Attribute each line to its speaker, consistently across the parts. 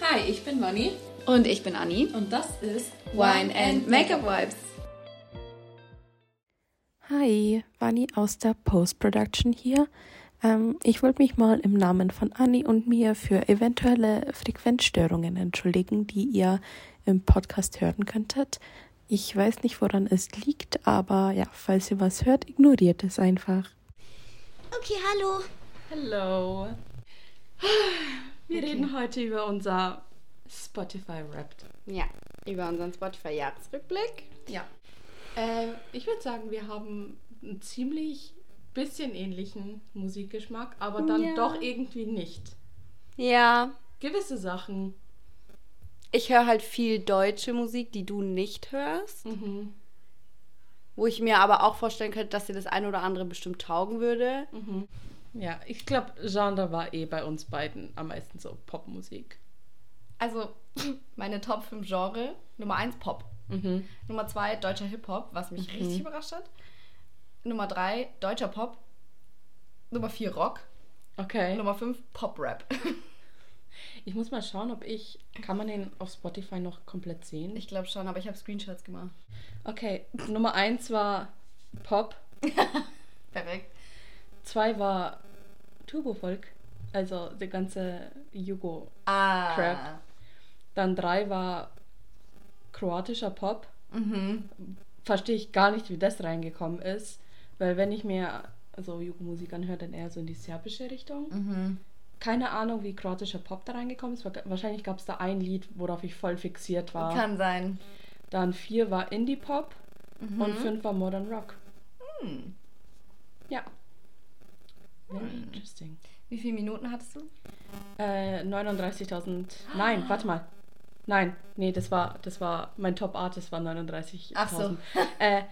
Speaker 1: Hi, ich bin Moni
Speaker 2: Und ich bin Anni.
Speaker 1: und das ist
Speaker 2: Wine and Makeup Vibes.
Speaker 3: Hi, Vani aus der Post-Production hier. Ähm, ich wollte mich mal im Namen von Anni und mir für eventuelle Frequenzstörungen entschuldigen, die ihr im Podcast hören könntet. Ich weiß nicht, woran es liegt, aber ja, falls ihr was hört, ignoriert es einfach.
Speaker 4: Okay, hallo.
Speaker 5: Hallo. Wir reden heute über unser Spotify Wrapped.
Speaker 2: Ja, über unseren Spotify-Jahresrückblick.
Speaker 5: Ja. Äh, ich würde sagen, wir haben einen ziemlich bisschen ähnlichen Musikgeschmack, aber dann
Speaker 2: Ja.
Speaker 5: doch irgendwie nicht.
Speaker 2: Ja,
Speaker 5: Gewisse Sachen.
Speaker 2: ich höre halt viel deutsche Musik, die du nicht hörst.
Speaker 5: Mhm.
Speaker 2: Wo ich mir aber auch vorstellen könnte, dass dir das eine oder andere bestimmt taugen würde.
Speaker 6: Mhm.
Speaker 5: Ja, ich glaube, Genre war eh bei uns beiden am meisten so Popmusik.
Speaker 6: Also, meine Top 5 Genre: Nummer 1 Pop.
Speaker 5: Mhm.
Speaker 6: Nummer 2 deutscher Hip-Hop, was mich
Speaker 2: Mhm.
Speaker 6: richtig überrascht hat. Nummer 3 deutscher Pop. Nummer 4 Rock.
Speaker 5: Okay.
Speaker 6: Nummer 5 Pop-Rap.
Speaker 5: Ich muss mal schauen, ob ich. Kann man den auf Spotify noch komplett sehen?
Speaker 6: Ich glaube schon, aber ich habe Screenshots gemacht.
Speaker 5: Okay. Nummer 1 war Pop.
Speaker 6: Perfekt.
Speaker 5: Zwei war Turbofolk, also der ganze Jugo.
Speaker 6: Ah.
Speaker 5: Crap. Dann drei war kroatischer Pop.
Speaker 6: Mhm,
Speaker 5: Verstehe ich gar nicht, wie das reingekommen ist, weil wenn ich mir so Jugo-Musik anhöre, dann eher so in die serbische Richtung.
Speaker 6: Mhm.
Speaker 5: Keine Ahnung, wie kroatischer Pop da reingekommen ist. Wa- Wahrscheinlich gab es da ein Lied, worauf ich voll fixiert war.
Speaker 6: Kann sein.
Speaker 5: Dann vier war Indie-Pop und fünf war Modern Rock. Ja. Very interesting.
Speaker 6: Wie viele Minuten hattest du?
Speaker 5: Äh, 39.000. Nein, warte mal. Nein, nee, das war, das war, mein Top-Artist war 39.000.
Speaker 6: Ach so.
Speaker 5: Äh,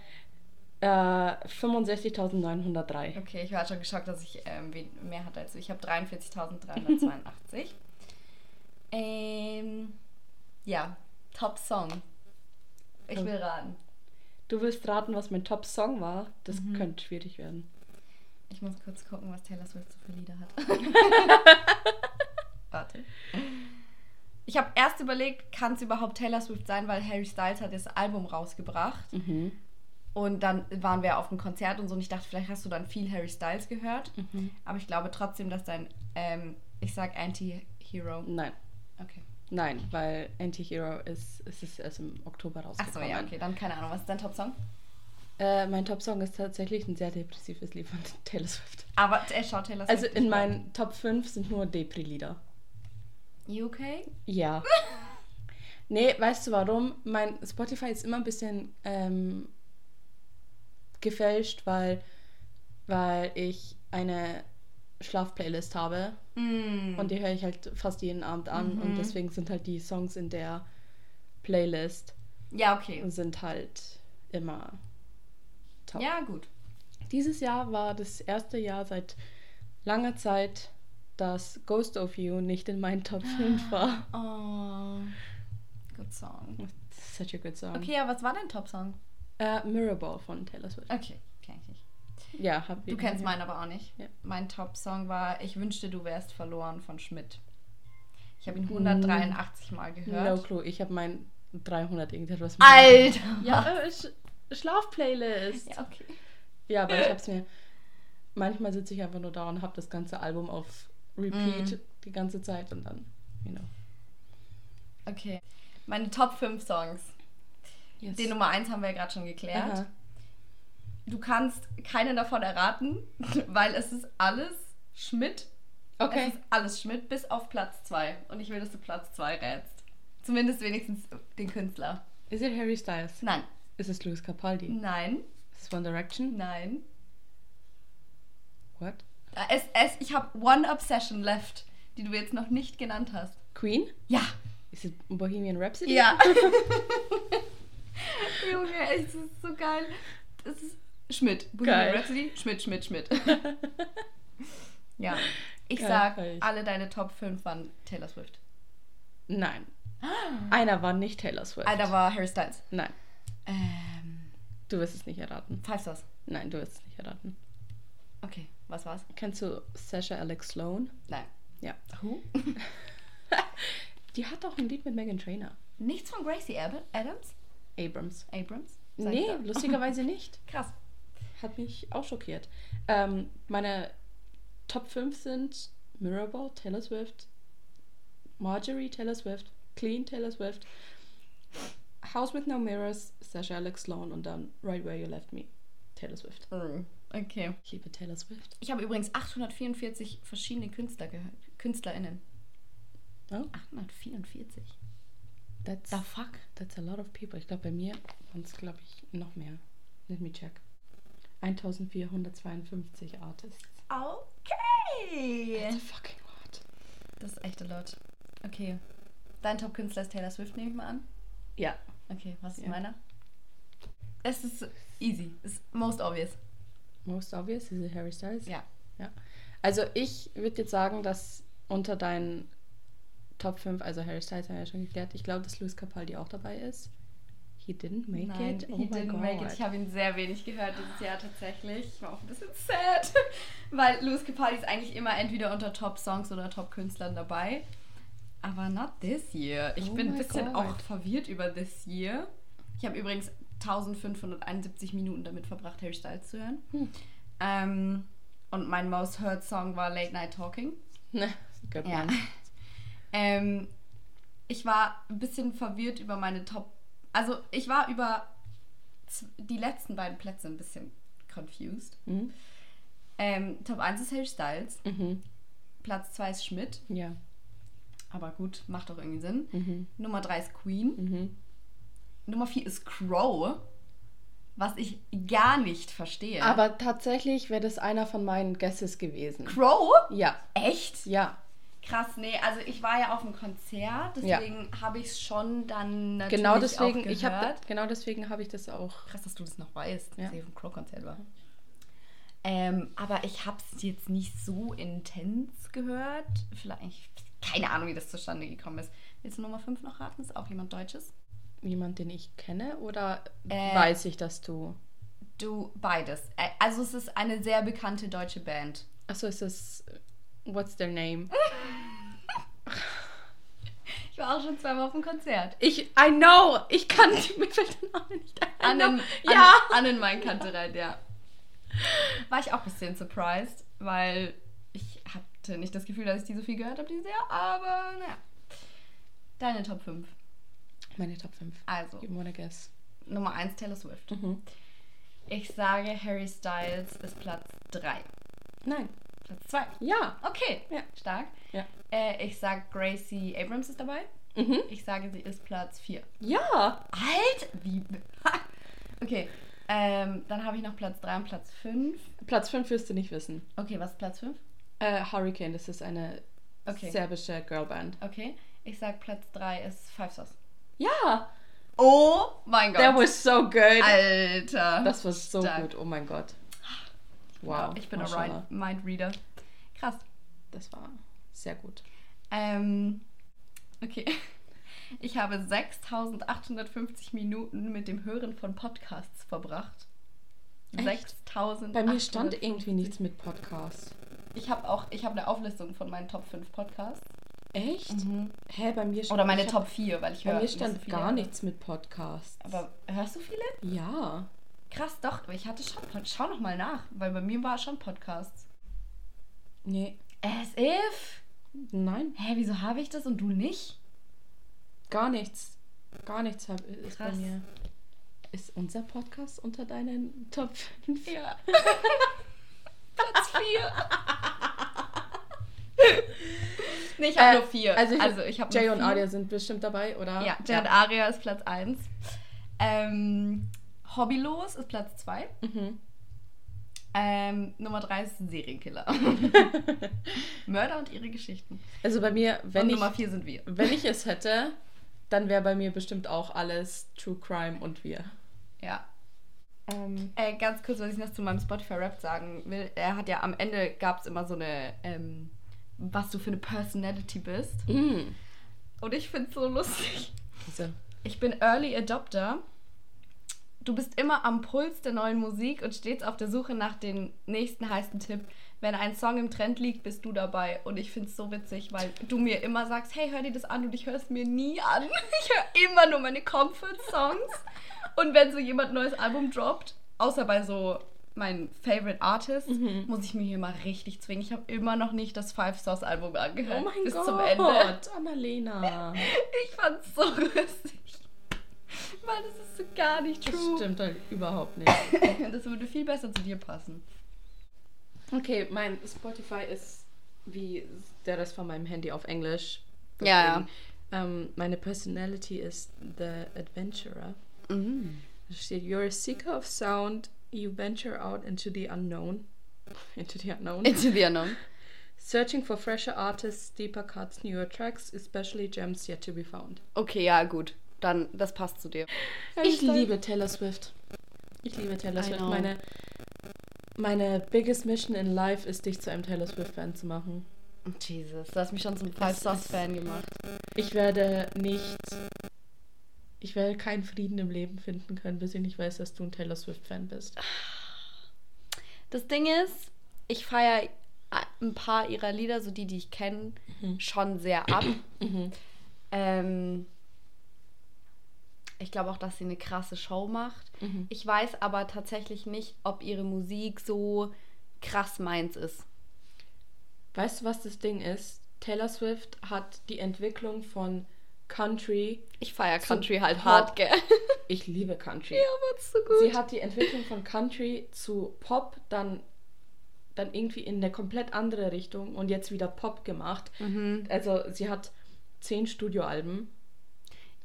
Speaker 5: äh, 65.903.
Speaker 6: Okay, ich war schon geschockt, dass ich ähm, wen- mehr hatte als du. Ich habe 43.382. ähm, ja, Top-Song. Ich will raten.
Speaker 5: Du willst raten, was mein Top-Song war? Das
Speaker 6: Mhm.
Speaker 5: könnte schwierig werden.
Speaker 6: Ich muss kurz gucken, was Taylor Swift so für Lieder hat. Warte. Ich habe erst überlegt, kann es überhaupt Taylor Swift sein, weil Harry Styles hat das Album rausgebracht.
Speaker 5: Mhm.
Speaker 6: Und dann waren wir auf dem Konzert und so und ich dachte, vielleicht hast du dann viel Harry Styles gehört.
Speaker 5: Mhm.
Speaker 6: Aber ich glaube trotzdem, dass dein, ähm, ich sag Anti-Hero.
Speaker 5: Nein,
Speaker 6: Okay.
Speaker 5: nein, weil Anti-Hero ist, es ist erst im Oktober
Speaker 6: Achso,
Speaker 5: rausgekommen.
Speaker 6: ja, okay, dann keine Ahnung. Was ist dein Top-Song?
Speaker 5: Äh, mein Top-Song ist tatsächlich ein sehr depressives Lied von Taylor Swift.
Speaker 6: Aber er schaut Taylor Swift.
Speaker 5: Also in
Speaker 6: nicht vor.
Speaker 5: meinen Top 5 sind nur Depri-Lieder.
Speaker 6: You okay?
Speaker 5: Ja. nee, weißt du warum? Mein Spotify ist immer ein bisschen ähm, gefälscht, weil, weil ich eine Schlafplaylist habe
Speaker 6: Mm, Mhm.
Speaker 5: und die höre ich halt fast jeden Abend an und deswegen sind halt die Songs in der Playlist
Speaker 6: Ja, okay.
Speaker 5: sind halt immer top.
Speaker 6: Ja, gut.
Speaker 5: Dieses Jahr war das erste Jahr seit langer Zeit, dass Ghost of You nicht in meinen Top 5
Speaker 6: Ah.
Speaker 5: war.
Speaker 6: Oh, good song.
Speaker 5: Such a good song.
Speaker 6: Okay, aber was war dein Top-Song?
Speaker 5: Äh, Mirrorball von Taylor Swift.
Speaker 6: Okay, kenn ich nicht.
Speaker 5: Ja, hab
Speaker 6: Du kennst meinen aber auch nicht.
Speaker 5: Ja.
Speaker 6: Mein Top-Song war Ich wünschte, du wärst verloren von Schmidt. Ich habe ihn 183 Mal
Speaker 5: Mm. No
Speaker 6: gehört.
Speaker 5: clue. Ich habe mein 300 irgendetwas. mit-
Speaker 6: Alter!
Speaker 5: Ja, äh, Sch Schlafplaylist. Ja.
Speaker 6: Ja, okay.
Speaker 5: ja, aber ich hab's mir. Manchmal sitze ich einfach nur da und hab das ganze Album auf Repeat die ganze Zeit und dann, you know.
Speaker 6: Okay. Meine Top 5 Songs.
Speaker 5: Yes.
Speaker 6: Den Nummer 1 haben wir ja gerade schon geklärt.
Speaker 5: Aha.
Speaker 6: Du kannst keine davon erraten, weil es ist alles Schmidt.
Speaker 5: Okay.
Speaker 6: Es ist alles Schmidt bis auf Platz 2. Und ich will, dass du Platz 2 rätst. Zumindest wenigstens den Künstler.
Speaker 5: Ist es Harry Styles? Mhm.
Speaker 6: Nein.
Speaker 5: Ist es Louis Capaldi?
Speaker 6: Nein.
Speaker 5: Ist es One Direction?
Speaker 6: Nein.
Speaker 5: What?
Speaker 6: Es, es, ich habe One Obsession left, die du jetzt noch nicht genannt hast.
Speaker 5: Queen?
Speaker 6: Ja.
Speaker 5: Ist es Bohemian Rhapsody?
Speaker 6: Ja. Junge, es ist so geil. Das ist Schmidt.
Speaker 5: Geil.
Speaker 6: Bohemian Rhapsody, Schmidt, Schmidt, Schmidt. ja. Ich
Speaker 5: Geil,
Speaker 6: sag,
Speaker 5: geil.
Speaker 6: alle deine Top 5 waren Taylor Swift.
Speaker 5: Nein. Einer war nicht Taylor Swift.
Speaker 6: Einer war Harry Styles.
Speaker 5: Nein,
Speaker 6: Ähm,
Speaker 5: du wirst es nicht erraten.
Speaker 6: Five Stars.
Speaker 5: Nein, du wirst es nicht erraten.
Speaker 6: Okay, was war's?
Speaker 5: Kennst du Sasha Alex Sloan?
Speaker 6: Nein.
Speaker 5: Ja.
Speaker 6: Who?
Speaker 5: Die hat auch ein Lied mit Megan Trainer.
Speaker 6: Nichts von Gracie Ab- Adams?
Speaker 5: Abrams.
Speaker 6: Abrams? Sag ich
Speaker 5: Nee,
Speaker 6: da.
Speaker 5: lustigerweise nicht.
Speaker 6: Krass.
Speaker 5: Hat mich auch schockiert. Ähm, meine Top 5 sind Mirrorball, Taylor Swift, Marjorie, Taylor Swift, Clean, Taylor Swift, House with No Mirrors, Sasha Alex Sloan und dann Right Where You Left Me, Taylor Swift.
Speaker 6: Mm, Okay.
Speaker 5: Ich liebe Taylor Swift.
Speaker 6: Ich habe übrigens 844 verschiedene Künstler gehört. KünstlerInnen.
Speaker 5: Oh,
Speaker 6: 844.
Speaker 5: that's,
Speaker 6: The fuck?
Speaker 5: that's a lot of people. Ich glaube, bei mir waren es, glaube ich, noch mehr. Let me check. 1452 Artists.
Speaker 6: Okay.
Speaker 5: That's a fucking lot.
Speaker 6: Das ist echt a lot. Okay. Dein Top-Künstler ist Taylor Swift, nehme ich mal an.
Speaker 5: Ja,
Speaker 6: Okay, was ist
Speaker 5: Ja.
Speaker 6: meiner? Es ist easy. Es ist most obvious.
Speaker 5: most obvious ist es Harry Styles.
Speaker 6: Ja.
Speaker 5: Ja. Also ich würde jetzt sagen, dass unter deinen Top 5, also Harry Styles haben wir ja schon geklärt, ich glaube, dass Luis Capaldi auch dabei ist. He didn't make
Speaker 6: Nein,
Speaker 5: it.
Speaker 6: he
Speaker 5: Oh my
Speaker 6: didn't
Speaker 5: God.
Speaker 6: make it. Ich habe ihn sehr wenig gehört dieses Jahr tatsächlich. Ich war auch ein bisschen sad, weil Louis Capaldi ist eigentlich immer entweder unter Top-Songs oder Top-Künstlern dabei. Aber not this year. Ich
Speaker 5: Oh
Speaker 6: bin ein
Speaker 5: my
Speaker 6: bisschen
Speaker 5: God.
Speaker 6: auch verwirrt über this year. Ich habe übrigens 1571 Minuten damit verbracht, Harry Styles zu hören.
Speaker 5: Hm.
Speaker 6: Ähm, und mein most heard Song war Late Night Talking.
Speaker 5: Ne, Good
Speaker 6: Ja.
Speaker 5: one.
Speaker 6: Ähm, ich war ein bisschen verwirrt über meine Top. Also, ich war über z- die letzten beiden Plätze ein bisschen confused.
Speaker 5: Mhm.
Speaker 6: Ähm, Top 1 ist Harry Styles,
Speaker 5: Mhm.
Speaker 6: Platz 2 ist Schmidt,
Speaker 5: Ja.
Speaker 6: aber gut, macht doch irgendwie Sinn.
Speaker 5: Mhm.
Speaker 6: Nummer 3 ist Queen,
Speaker 5: Mhm.
Speaker 6: Nummer 4 ist Crow, was ich gar nicht verstehe.
Speaker 5: Aber tatsächlich wäre das einer von meinen Guesses gewesen.
Speaker 6: Crow?
Speaker 5: Ja,
Speaker 6: Echt?
Speaker 5: ja.
Speaker 6: Krass, nee, also ich war ja auf dem Konzert,
Speaker 5: Ja.
Speaker 6: deswegen habe ich es schon dann natürlich
Speaker 5: Genau
Speaker 6: auch
Speaker 5: deswegen,
Speaker 6: gehört.
Speaker 5: ich hab, genau deswegen habe ich das auch.
Speaker 6: Krass, dass du das noch weißt,
Speaker 5: Ja.
Speaker 6: dass ich auf dem Crow-Konzert war. Ähm, aber ich habe es jetzt nicht so intens gehört. Vielleicht, ich- keine Ahnung, wie das zustande gekommen ist. Willst du Nummer 5 noch raten? Ist auch jemand Deutsches?
Speaker 5: Jemand, den ich kenne oder
Speaker 6: Äh.
Speaker 5: weiß ich, dass du.
Speaker 6: Du, beides. Ä- Also es ist eine sehr bekannte deutsche Band.
Speaker 5: Achso, ist das. What's their name?
Speaker 6: Ich war auch schon zweimal auf dem Konzert.
Speaker 5: Ich, I know, ich kann, mir fällt der Name nicht ein.
Speaker 6: Annen,
Speaker 5: ja.
Speaker 6: Annen, Annen kannte rein, ja. War ich auch ein bisschen surprised, weil ich hatte nicht das Gefühl, dass ich die so viel gehört habe dieses Jahr, aber naja. Deine Top 5.
Speaker 5: Meine Top 5.
Speaker 6: Also,
Speaker 5: You wanna guess?
Speaker 6: Nummer 1 Taylor Swift.
Speaker 5: Mhm.
Speaker 6: Ich sage, Harry Styles ist Platz 3.
Speaker 5: Nein.
Speaker 6: Platz 2.
Speaker 5: Ja.
Speaker 6: Okay,
Speaker 5: Ja.
Speaker 6: stark.
Speaker 5: Ja.
Speaker 6: Äh, ich sage, Gracie Abrams ist dabei.
Speaker 5: Mhm.
Speaker 6: Ich sage, sie ist Platz 4.
Speaker 5: Ja.
Speaker 6: Alt? Wie? okay, ähm, dann habe ich noch Platz 3 und Platz 5.
Speaker 5: Platz 5 wirst du nicht wissen.
Speaker 6: Okay, was ist Platz 5?
Speaker 5: Äh, Hurricane, das ist eine
Speaker 6: Okay.
Speaker 5: serbische Girlband.
Speaker 6: Okay, ich sage, Platz 3 ist Five Stars.
Speaker 5: Ja.
Speaker 6: Oh mein
Speaker 5: That was so good.
Speaker 6: Alter.
Speaker 5: Das war so
Speaker 6: Stark.
Speaker 5: gut. Oh mein Gott. Wow.
Speaker 6: Ich bin
Speaker 5: Mashallah.
Speaker 6: ein Mindreader. Krass.
Speaker 5: Das war sehr gut.
Speaker 6: Ähm, okay. Ich habe 6850 Minuten mit dem Hören von Podcasts verbracht.
Speaker 5: Echt?
Speaker 6: 6000.
Speaker 5: Bei mir stand irgendwie nichts mit Podcast.
Speaker 6: Ich habe auch, ich habe eine Auflistung von meinen Top 5 Podcasts.
Speaker 5: Echt? Hä, bei mir stand.
Speaker 6: Oder meine
Speaker 5: ich
Speaker 6: Top 4, weil ich höre.
Speaker 5: Bei mir
Speaker 6: nicht so
Speaker 5: stand
Speaker 6: viele.
Speaker 5: gar nichts mit Podcast.
Speaker 6: Aber hörst du viele?
Speaker 5: ja.
Speaker 6: Krass, doch. Ich hatte schon Pod Schau noch mal nach, weil bei mir war schon Podcasts.
Speaker 5: Nee.
Speaker 6: As if.
Speaker 5: Nein,
Speaker 6: Hä, wieso habe ich das und du nicht?
Speaker 5: gar nichts. Gar nichts hab, ist bei
Speaker 6: Krass.
Speaker 5: mir. Ist unser Podcast unter deinen Top 5?
Speaker 6: Ja.
Speaker 5: Platz 4.
Speaker 6: Nee, ich habe
Speaker 5: Äh,
Speaker 6: nur vier.
Speaker 5: Also, ich,
Speaker 6: also ich habe
Speaker 5: Jay
Speaker 6: nur
Speaker 5: und
Speaker 6: vier.
Speaker 5: Adia sind bestimmt dabei, oder?
Speaker 6: Ja, Jan Aria ist Platz 1. Ähm, Hobbylos ist Platz 2.
Speaker 5: Mhm.
Speaker 6: Ähm, Nummer 3 ist Serienkiller. Mörder und ihre Geschichten.
Speaker 5: Also bei mir, wenn
Speaker 6: und
Speaker 5: ich,
Speaker 6: Nummer 4 sind wir.
Speaker 5: wenn ich es hätte, dann wäre bei mir bestimmt auch alles True Crime und wir.
Speaker 6: Ja.
Speaker 5: Ähm,
Speaker 6: Äh, ganz kurz, was ich noch zu meinem Spotify-Rap sagen will. Er hat ja am Ende gab es immer so eine, ähm, was du für eine Personality bist.
Speaker 5: mm.
Speaker 6: Und ich finde es so lustig.
Speaker 5: so.
Speaker 6: Ich bin Early Adopter. Du bist immer am Puls der neuen Musik und stets auf der Suche nach dem nächsten heißen Tipp. wenn ein Song im Trend liegt, bist du dabei. Und ich finde es so witzig, weil du mir immer sagst, hey, hör dir das an und ich höre es mir nie an. Ich höre immer nur meine Comfort-Songs. und wenn so jemand ein neues Album droppt, außer bei so meinen Favorite Artist,
Speaker 5: Mhm.
Speaker 6: muss ich mir hier mal richtig zwingen. Ich habe immer noch nicht das Five Source Album angehört.
Speaker 5: Oh mein
Speaker 6: bis
Speaker 5: Gott,
Speaker 6: zum Ende.
Speaker 5: Annalena.
Speaker 6: Ich fand's so lustig. Weil das ist so gar nicht
Speaker 5: Das
Speaker 6: true.
Speaker 5: stimmt halt überhaupt nicht.
Speaker 6: Das würde viel besser zu dir passen.
Speaker 5: Okay, mein Spotify ist wie der Rest von meinem Handy auf Englisch.
Speaker 2: Ja,
Speaker 5: Deswegen, Ähm, meine Personality ist The Adventurer.
Speaker 2: Mhm.
Speaker 5: Da steht, you're a seeker of sound, you venture out into the unknown. Into the unknown.
Speaker 2: Into the unknown.
Speaker 5: Searching for fresher artists, deeper cuts, newer tracks, especially gems yet to be found.
Speaker 2: Okay, ja, gut. Dann, das passt zu dir.
Speaker 5: Ich liebe Taylor Swift. Ich liebe Taylor
Speaker 2: I
Speaker 5: Swift.
Speaker 2: know.
Speaker 5: Meine, meine biggest mission in life ist, dich zu einem Taylor Swift-Fan zu machen.
Speaker 2: Jesus, du hast mich schon zum
Speaker 5: Five Stars
Speaker 2: Fan gemacht.
Speaker 5: Ich werde nicht. Ich werde keinen Frieden im Leben finden können, bis ich nicht weiß, dass du ein Taylor Swift-Fan bist.
Speaker 2: Das Ding ist, ich feiere ein paar ihrer Lieder, so die, die ich kenne, schon sehr ab. ähm, ich glaube auch, dass sie eine krasse Show macht.
Speaker 6: Mhm.
Speaker 2: Ich weiß aber tatsächlich nicht, ob ihre Musik so krass meins ist.
Speaker 5: Weißt du, was das Ding ist? Taylor Swift hat die Entwicklung von Country.
Speaker 2: Ich feiere
Speaker 5: So
Speaker 2: Country halt
Speaker 5: Pop.
Speaker 2: hart, gell?
Speaker 5: Ich liebe Country.
Speaker 2: aber so
Speaker 5: Sie hat die Entwicklung von Country zu Pop, dann, dann irgendwie in eine komplett andere Richtung und jetzt wieder Pop gemacht.
Speaker 2: Mhm.
Speaker 5: Also sie hat zehn Studioalben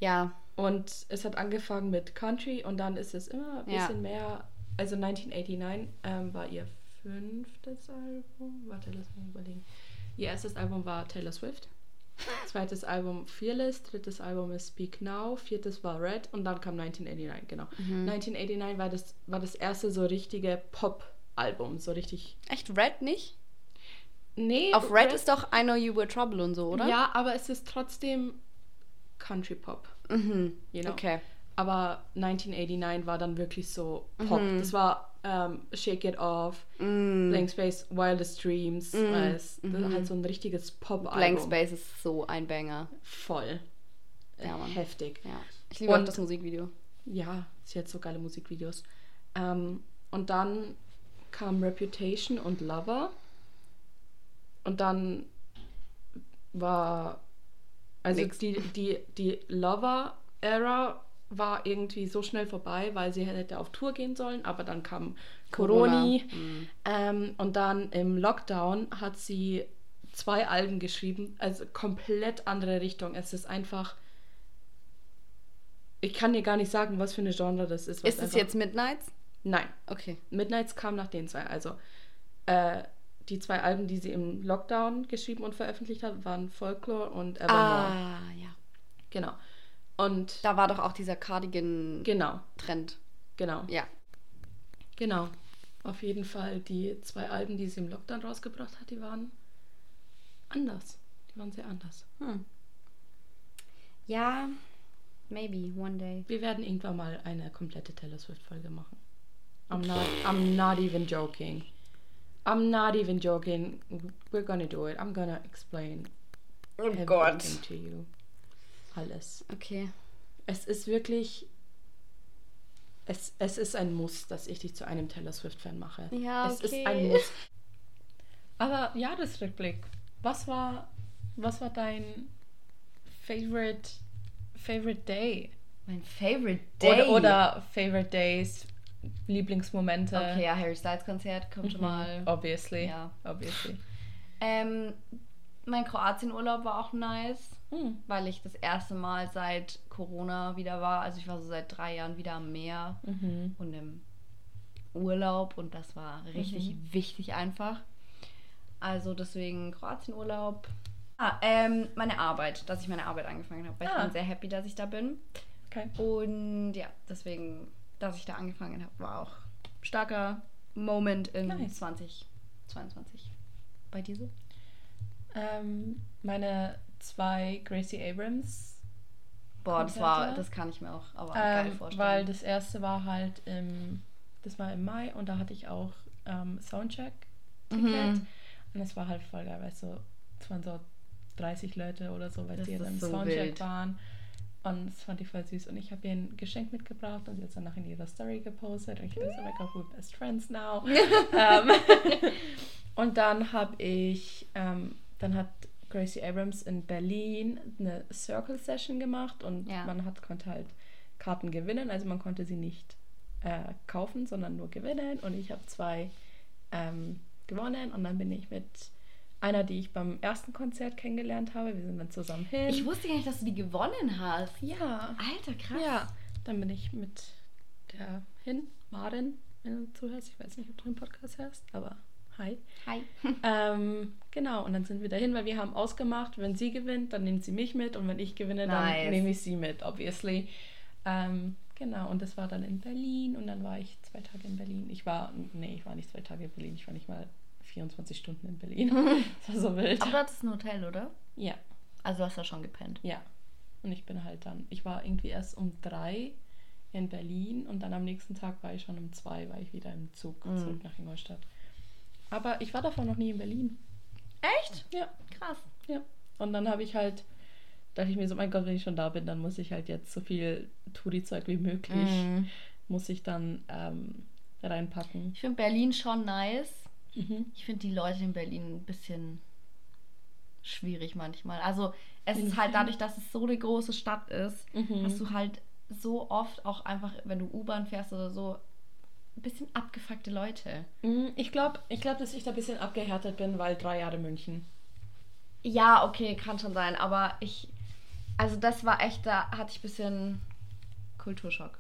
Speaker 2: Ja,
Speaker 5: und es hat angefangen mit Country und dann ist es immer ein
Speaker 2: Ja.
Speaker 5: bisschen mehr. Also 1989 ähm, war ihr fünftes Album. Warte, lass mich überlegen. Ihr erstes Album war Taylor Swift. Zweites Album Fearless, drittes Album ist Speak Now, viertes war Red und dann kam 1989, genau. 1989 war das, war das erste so richtige Pop-Album, so richtig.
Speaker 2: echt Red nicht?
Speaker 5: Nee,
Speaker 2: Auf Red ist doch I Know You Were Trouble und so, oder?
Speaker 5: Ja, aber es ist trotzdem Country-Pop.
Speaker 2: Mhm.
Speaker 5: You know?
Speaker 2: Okay.
Speaker 5: Aber 1989 war dann wirklich so Pop.
Speaker 2: Mhm.
Speaker 5: Das war ähm, Shake It Off, Blank Space, Wildest Dreams. weil es- Das war halt so ein richtiges Pop-Album.
Speaker 2: Mhm. Blank Space ist so ein Banger.
Speaker 5: Voll. Äh,
Speaker 2: Ja, Mann.
Speaker 5: Heftig.
Speaker 2: Ja. Ich liebe auch
Speaker 5: Und-
Speaker 2: das Musikvideo.
Speaker 5: Ja, sie hat so geile Musikvideos. Ähm, und dann kam Reputation und Lover. Und dann war. Also
Speaker 2: Nix.
Speaker 5: die, die, die Lover-Ära war irgendwie so schnell vorbei, weil sie hätte auf Tour gehen sollen, aber dann kam
Speaker 2: Corona. Mhm.
Speaker 5: Corona. Mhm. Ähm, und dann im Lockdown hat sie zwei Alben geschrieben, also komplett andere Richtung. Es ist einfach. Ich kann dir gar nicht sagen, was für eine Genre das ist. was
Speaker 2: Ist es
Speaker 5: einfach-
Speaker 2: jetzt Midnights?
Speaker 5: Nein.
Speaker 2: Okay.
Speaker 5: Midnights kam nach den zwei. Also äh, die zwei Alben, die sie im Lockdown geschrieben und veröffentlicht hat, waren Folklore und Evermore.
Speaker 2: Ah, ja.
Speaker 5: Genau. Und
Speaker 2: Da war doch auch dieser Cardigan-Trend.
Speaker 5: genau, genau,
Speaker 2: Ja.
Speaker 5: genau. Auf jeden Fall die zwei Alben, die sie im Lockdown rausgebracht hat, die waren anders. Die waren sehr anders.
Speaker 2: Ja, maybe one day.
Speaker 5: Wir werden irgendwann mal eine komplette Taylor Swift Folge machen. I'm not, I'm not even joking. I'm not even joking. We're gonna do it. I'm gonna explain
Speaker 2: Oh
Speaker 5: everything to you. Alles.
Speaker 2: Okay.
Speaker 5: Es ist wirklich. Es, es ist ein Muss, dass ich dich zu einem Taylor Swift-Fan mache.
Speaker 2: Ja,
Speaker 5: Es
Speaker 2: okay.
Speaker 5: ist ein Muss. Aber Jahresrückblick. Was war, was war dein favorite, favorite Day?
Speaker 6: Mein Favorite
Speaker 5: Oder, oder favorite Days, Lieblingsmomente. Mhm,
Speaker 6: okay, ja, Harry Styles Konzert kommt schon mal.
Speaker 5: Obviously.
Speaker 6: Ja.
Speaker 5: Obviously.
Speaker 6: Ähm, mein Kroatienurlaub war auch nice,
Speaker 5: Hm.
Speaker 6: weil ich das erste Mal seit Corona wieder war. Also ich war so seit drei Jahren wieder am Meer
Speaker 5: Mhm.
Speaker 6: und im Urlaub und das war richtig
Speaker 5: Mhm.
Speaker 6: wichtig einfach. Also deswegen Kroatienurlaub. Ah, ähm, meine Arbeit, dass ich meine Arbeit angefangen habe, weil ich
Speaker 5: Ah.
Speaker 6: bin sehr happy, dass ich da bin.
Speaker 5: Okay.
Speaker 6: Und ja, deswegen, dass ich da angefangen habe, war auch starker Moment in
Speaker 5: Nice.
Speaker 6: 2022. Bei dir so?
Speaker 5: Ähm, meine zwei Gracie Abrams
Speaker 6: Boah, das war,
Speaker 5: Konzerte?
Speaker 6: das kann ich mir auch aber
Speaker 2: Oh,
Speaker 6: geil
Speaker 5: Ähm, weil
Speaker 6: vorstellen.
Speaker 5: das erste war halt im, das war im Mai und da hatte ich auch ähm, Soundcheck Konzertticket.
Speaker 6: Mhm.
Speaker 5: Und es war halt voll geil, weißt du, es waren so 30 Leute oder so, weil
Speaker 7: Das
Speaker 5: die ja
Speaker 7: ist
Speaker 5: dann im
Speaker 7: so
Speaker 5: Soundcheck
Speaker 7: wild.
Speaker 5: waren. Und das fand ich voll süß. Und ich habe ihr ein Geschenk mitgebracht und sie hat es danach in ihrer Story gepostet. Und ich dachte, oh my god, we're best friends now. ähm, und dann habe ich, ähm, dann hat Gracie Abrams in Berlin eine Circle Session gemacht und
Speaker 6: Ja.
Speaker 5: man hat, konnte halt Karten gewinnen. Also man konnte sie nicht äh, kaufen, sondern nur gewinnen. Und ich habe zwei ähm, gewonnen und dann bin ich mit einer, die ich beim ersten Konzert kennengelernt habe, wir sind dann zusammen hin.
Speaker 6: Ich wusste gar nicht, dass du die gewonnen hast.
Speaker 5: ja.
Speaker 6: Alter, krass.
Speaker 5: Ja, dann bin ich mit der hin, Maren, wenn du zuhörst. Ich weiß nicht, ob du den Podcast hörst, aber hi.
Speaker 6: Hi.
Speaker 5: Ähm, genau, und dann sind wir dahin, weil wir haben ausgemacht, wenn sie gewinnt, dann nimmt sie mich mit und wenn ich gewinne, dann
Speaker 6: Nice.
Speaker 5: nehme ich sie mit, obviously. Ähm, genau, und das war dann in Berlin und dann war ich zwei Tage in Berlin. Ich war, nee, ich war nicht zwei Tage in Berlin, ich war nicht mal 24 Stunden in Berlin. das war so wild.
Speaker 6: Aber du hattest ein Hotel, oder?
Speaker 5: Ja,
Speaker 6: Also du hast ja schon gepennt.
Speaker 5: ja. Und ich bin halt dann, ich war irgendwie erst um drei in Berlin und dann am nächsten Tag war ich schon um zwei, war ich wieder im Zug
Speaker 6: Mhm.
Speaker 5: zurück nach Ingolstadt. Aber ich war davor noch nie in Berlin.
Speaker 6: Echt?
Speaker 5: Ja.
Speaker 6: Krass.
Speaker 5: Ja. Und dann habe ich halt, dachte ich mir so, mein Gott, wenn ich schon da bin, dann muss ich halt jetzt so viel Touri-Zeug wie möglich,
Speaker 6: Mhm.
Speaker 5: muss ich dann ähm, reinpacken.
Speaker 6: Ich finde Berlin schon nice.
Speaker 5: Mhm.
Speaker 6: Ich finde die Leute in Berlin ein bisschen schwierig manchmal. Also es ist halt dadurch, dass es so eine große Stadt ist,
Speaker 5: Mhm.
Speaker 6: hast du halt so oft auch einfach, wenn du U-Bahn fährst oder so, ein bisschen abgefuckte Leute.
Speaker 5: Mm, Ich glaube, ich glaub, dass ich da ein bisschen abgehärtet bin, weil drei Jahre München.
Speaker 6: Ja, okay, kann schon sein, aber ich, also das war echt, da hatte ich ein bisschen Kulturschock.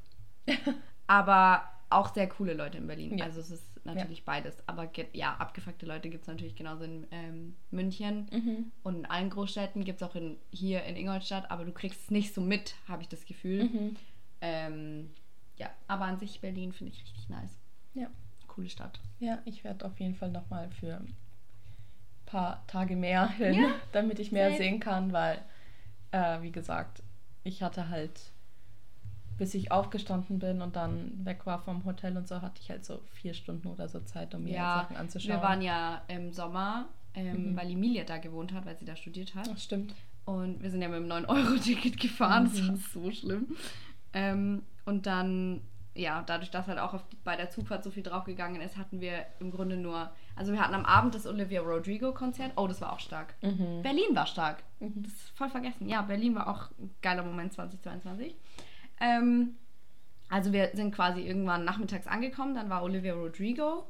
Speaker 6: aber auch sehr coole Leute in Berlin.
Speaker 5: Ja.
Speaker 6: Also es ist natürlich beides. Aber ge- ja, abgefuckte Leute gibt es natürlich genauso in ähm, München
Speaker 5: Mhm.
Speaker 6: und in allen Großstädten, gibt es auch in, hier in Ingolstadt, aber du kriegst es nicht so mit, habe ich das
Speaker 5: Mhm.
Speaker 6: Gefühl. Ähm, ja, aber an sich Berlin finde ich richtig nice.
Speaker 5: Ja.
Speaker 6: Coole Stadt.
Speaker 5: Ja, ich werde auf jeden Fall nochmal für ein paar Tage mehr hin, damit ich mehr
Speaker 6: safe.
Speaker 5: sehen kann, weil, äh, wie gesagt, ich hatte halt, bis ich aufgestanden bin und dann weg war vom Hotel und so, hatte ich halt so vier Stunden oder so Zeit, um mir Sachen anzuschauen.
Speaker 6: wir waren ja im Sommer, ähm,
Speaker 5: Mhm.
Speaker 6: weil Emilia da gewohnt hat, weil sie da studiert hat.
Speaker 5: Ach, stimmt.
Speaker 6: Und wir sind ja mit dem 9-Euro-Ticket gefahren. Das war so schlimm. Ähm, und dann, ja, dadurch, dass halt auch auf, bei der Zugfahrt so viel draufgegangen ist, hatten wir im Grunde nur. Also, wir hatten am Abend das Olivia Rodrigo-Konzert. Oh, das war auch stark. Berlin war stark. Das ist voll vergessen. Ja, Berlin war auch ein geiler Moment 2022. Ähm, also, wir sind quasi irgendwann nachmittags angekommen. Dann war Olivia Rodrigo.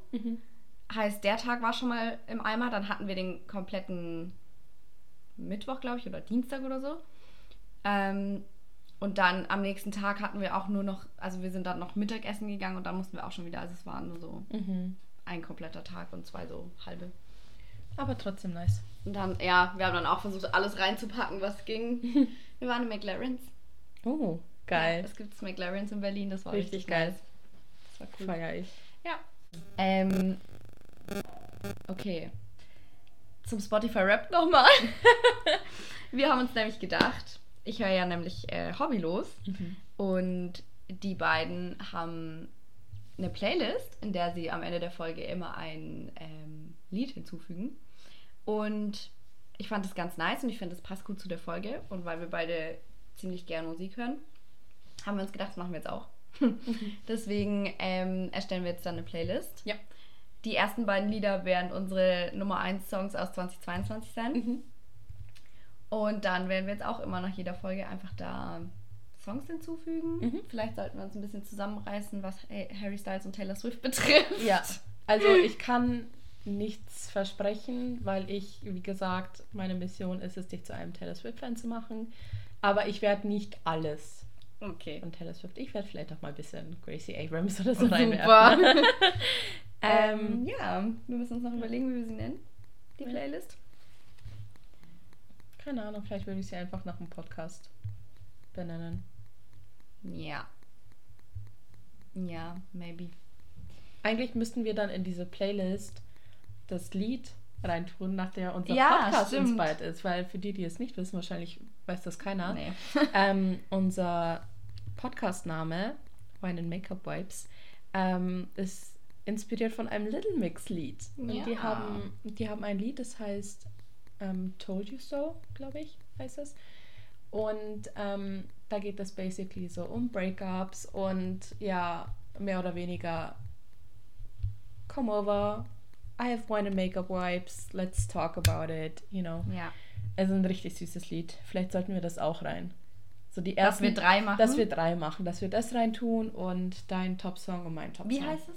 Speaker 6: Heißt, der Tag war schon mal im Eimer. Dann hatten wir den kompletten Mittwoch, glaube ich, oder Dienstag oder so. Ähm, und dann am nächsten Tag hatten wir auch nur noch, also wir sind dann noch Mittagessen gegangen und dann mussten wir auch schon wieder, also es war nur so
Speaker 5: Mhm.
Speaker 6: ein kompletter Tag und zwei so halbe.
Speaker 5: Aber trotzdem nice.
Speaker 6: Und dann, ja, wir haben dann auch versucht, alles reinzupacken, was ging. wir waren in McLaren's.
Speaker 5: Oh, geil.
Speaker 6: Ja, es gibt McLaren's in Berlin, das war
Speaker 5: richtig,
Speaker 6: richtig,
Speaker 5: geil.
Speaker 6: nice.
Speaker 5: Das war cool. Feier ich.
Speaker 6: Ja. Ähm, okay. Zum Spotify-Rap nochmal. Wir haben uns nämlich gedacht, ich höre ja nämlich äh, Hobbylos und die beiden haben eine Playlist, in der sie am Ende der Folge immer ein ähm, Lied hinzufügen. Und ich fand das ganz nice und ich finde, das passt gut zu der Folge. Und weil wir beide ziemlich gern Musik hören, haben wir uns gedacht, das machen wir jetzt auch. Deswegen ähm, erstellen wir jetzt dann eine Playlist.
Speaker 5: Ja.
Speaker 6: Die ersten beiden Lieder werden unsere Nummer 1 Songs aus 2022 sein.
Speaker 5: Mhm.
Speaker 6: Und dann werden wir jetzt auch immer nach jeder Folge einfach da ähm, Songs hinzufügen.
Speaker 5: Mhm.
Speaker 6: Vielleicht sollten wir uns ein bisschen zusammenreißen, was Ha- Harry Styles und Taylor Swift betrifft.
Speaker 5: Ja, also ich kann nichts versprechen, weil ich, wie gesagt, meine Mission ist es, dich zu einem Taylor Swift-Fan zu machen. Aber ich werde nicht alles
Speaker 6: Okay.
Speaker 5: von Taylor Swift. Ich werde vielleicht auch mal ein bisschen Gracie Abrams oder so reinwerfen.
Speaker 6: Super. ähm,
Speaker 5: Ähm,
Speaker 6: ja, wir müssen uns noch überlegen, wie wir sie nennen. Die Playlist.
Speaker 5: keine Ahnung, vielleicht würde ich sie einfach nach dem Podcast benennen.
Speaker 6: Ja. Ja, maybe.
Speaker 5: Eigentlich müssten wir dann in diese Playlist das Lied reintun, nach der unser
Speaker 6: Ja,
Speaker 5: Podcast
Speaker 6: stimmt.
Speaker 5: inspired ist. Weil für die, die es nicht wissen, wahrscheinlich weiß das keiner.
Speaker 6: Nee. Äh,
Speaker 5: ähm, unser Podcast-Name, Wine and Makeup Vibes, ähm, ist inspiriert von einem Little Mix-Lied. Und Die, haben, die haben ein Lied, das heißt ähm, Told You So, glaube ich, heißt es. Und ähm, da geht es basically so um Breakups und ja, mehr oder weniger Come over, I have wine and makeup wipes, let's talk about it, you know.
Speaker 6: Ja.
Speaker 5: Also ein richtig süßes Lied. Vielleicht sollten wir das auch rein. So die
Speaker 6: Dass
Speaker 5: ersten,
Speaker 6: wir drei machen?
Speaker 5: Dass wir drei machen, dass wir das rein tun und dein Top-Song und mein Top-Song.
Speaker 6: Wie heißt es?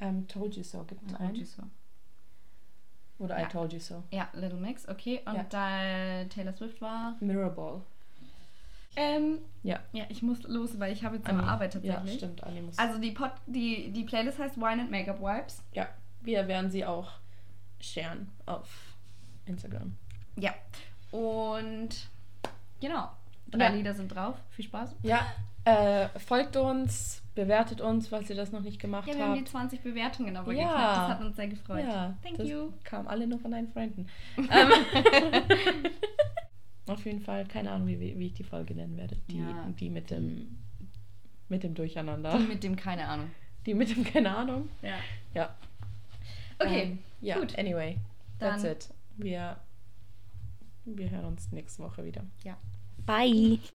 Speaker 5: Ähm, told you so gibt es
Speaker 6: Told You
Speaker 5: einen.
Speaker 6: So.
Speaker 5: Oder
Speaker 6: Ja.
Speaker 5: I told you so.
Speaker 6: Ja, Little Mix, okay. Und
Speaker 5: Ja.
Speaker 6: da Taylor Swift war.
Speaker 5: Mirrorball.
Speaker 6: Ähm,
Speaker 5: Ja.
Speaker 6: ja, Ah, ich muss los, weil ich habe jetzt eine
Speaker 5: Anni.
Speaker 6: Arbeit
Speaker 5: Ja,
Speaker 6: tatsächlich.
Speaker 5: stimmt, Anni muss.
Speaker 6: also die, Pod die, die Playlist heißt Wine and Makeup Vibes.
Speaker 5: ja, wir werden sie auch sharen auf Instagram.
Speaker 6: Ja. Und genau. Drei
Speaker 5: Ja.
Speaker 6: Lieder sind drauf. Viel Spaß.
Speaker 5: Ja, äh, folgt uns, bewertet uns, falls ihr das noch nicht gemacht
Speaker 6: Ja, wir haben die
Speaker 5: habt.
Speaker 6: 20 Bewertungen aber
Speaker 5: Ja.
Speaker 6: geknackt. Das hat uns sehr gefreut.
Speaker 5: Ja,
Speaker 6: Thank
Speaker 5: das
Speaker 6: you.
Speaker 5: kamen alle nur von deinen Freunden. Ähm, auf jeden Fall, keine Ahnung, wie, wie ich die Folge nennen werde. Die,
Speaker 6: Ja.
Speaker 5: die mit dem mit dem Durcheinander.
Speaker 6: Mit dem keine Ahnung.
Speaker 5: Die mit dem, keine Ahnung.
Speaker 6: Ja.
Speaker 5: Ja.
Speaker 6: Okay.
Speaker 5: Ähm, ja,
Speaker 6: gut.
Speaker 5: anyway, that's
Speaker 6: Dann-
Speaker 5: it. Wir, wir hören uns nächste Woche wieder.
Speaker 6: ja.
Speaker 8: Bye.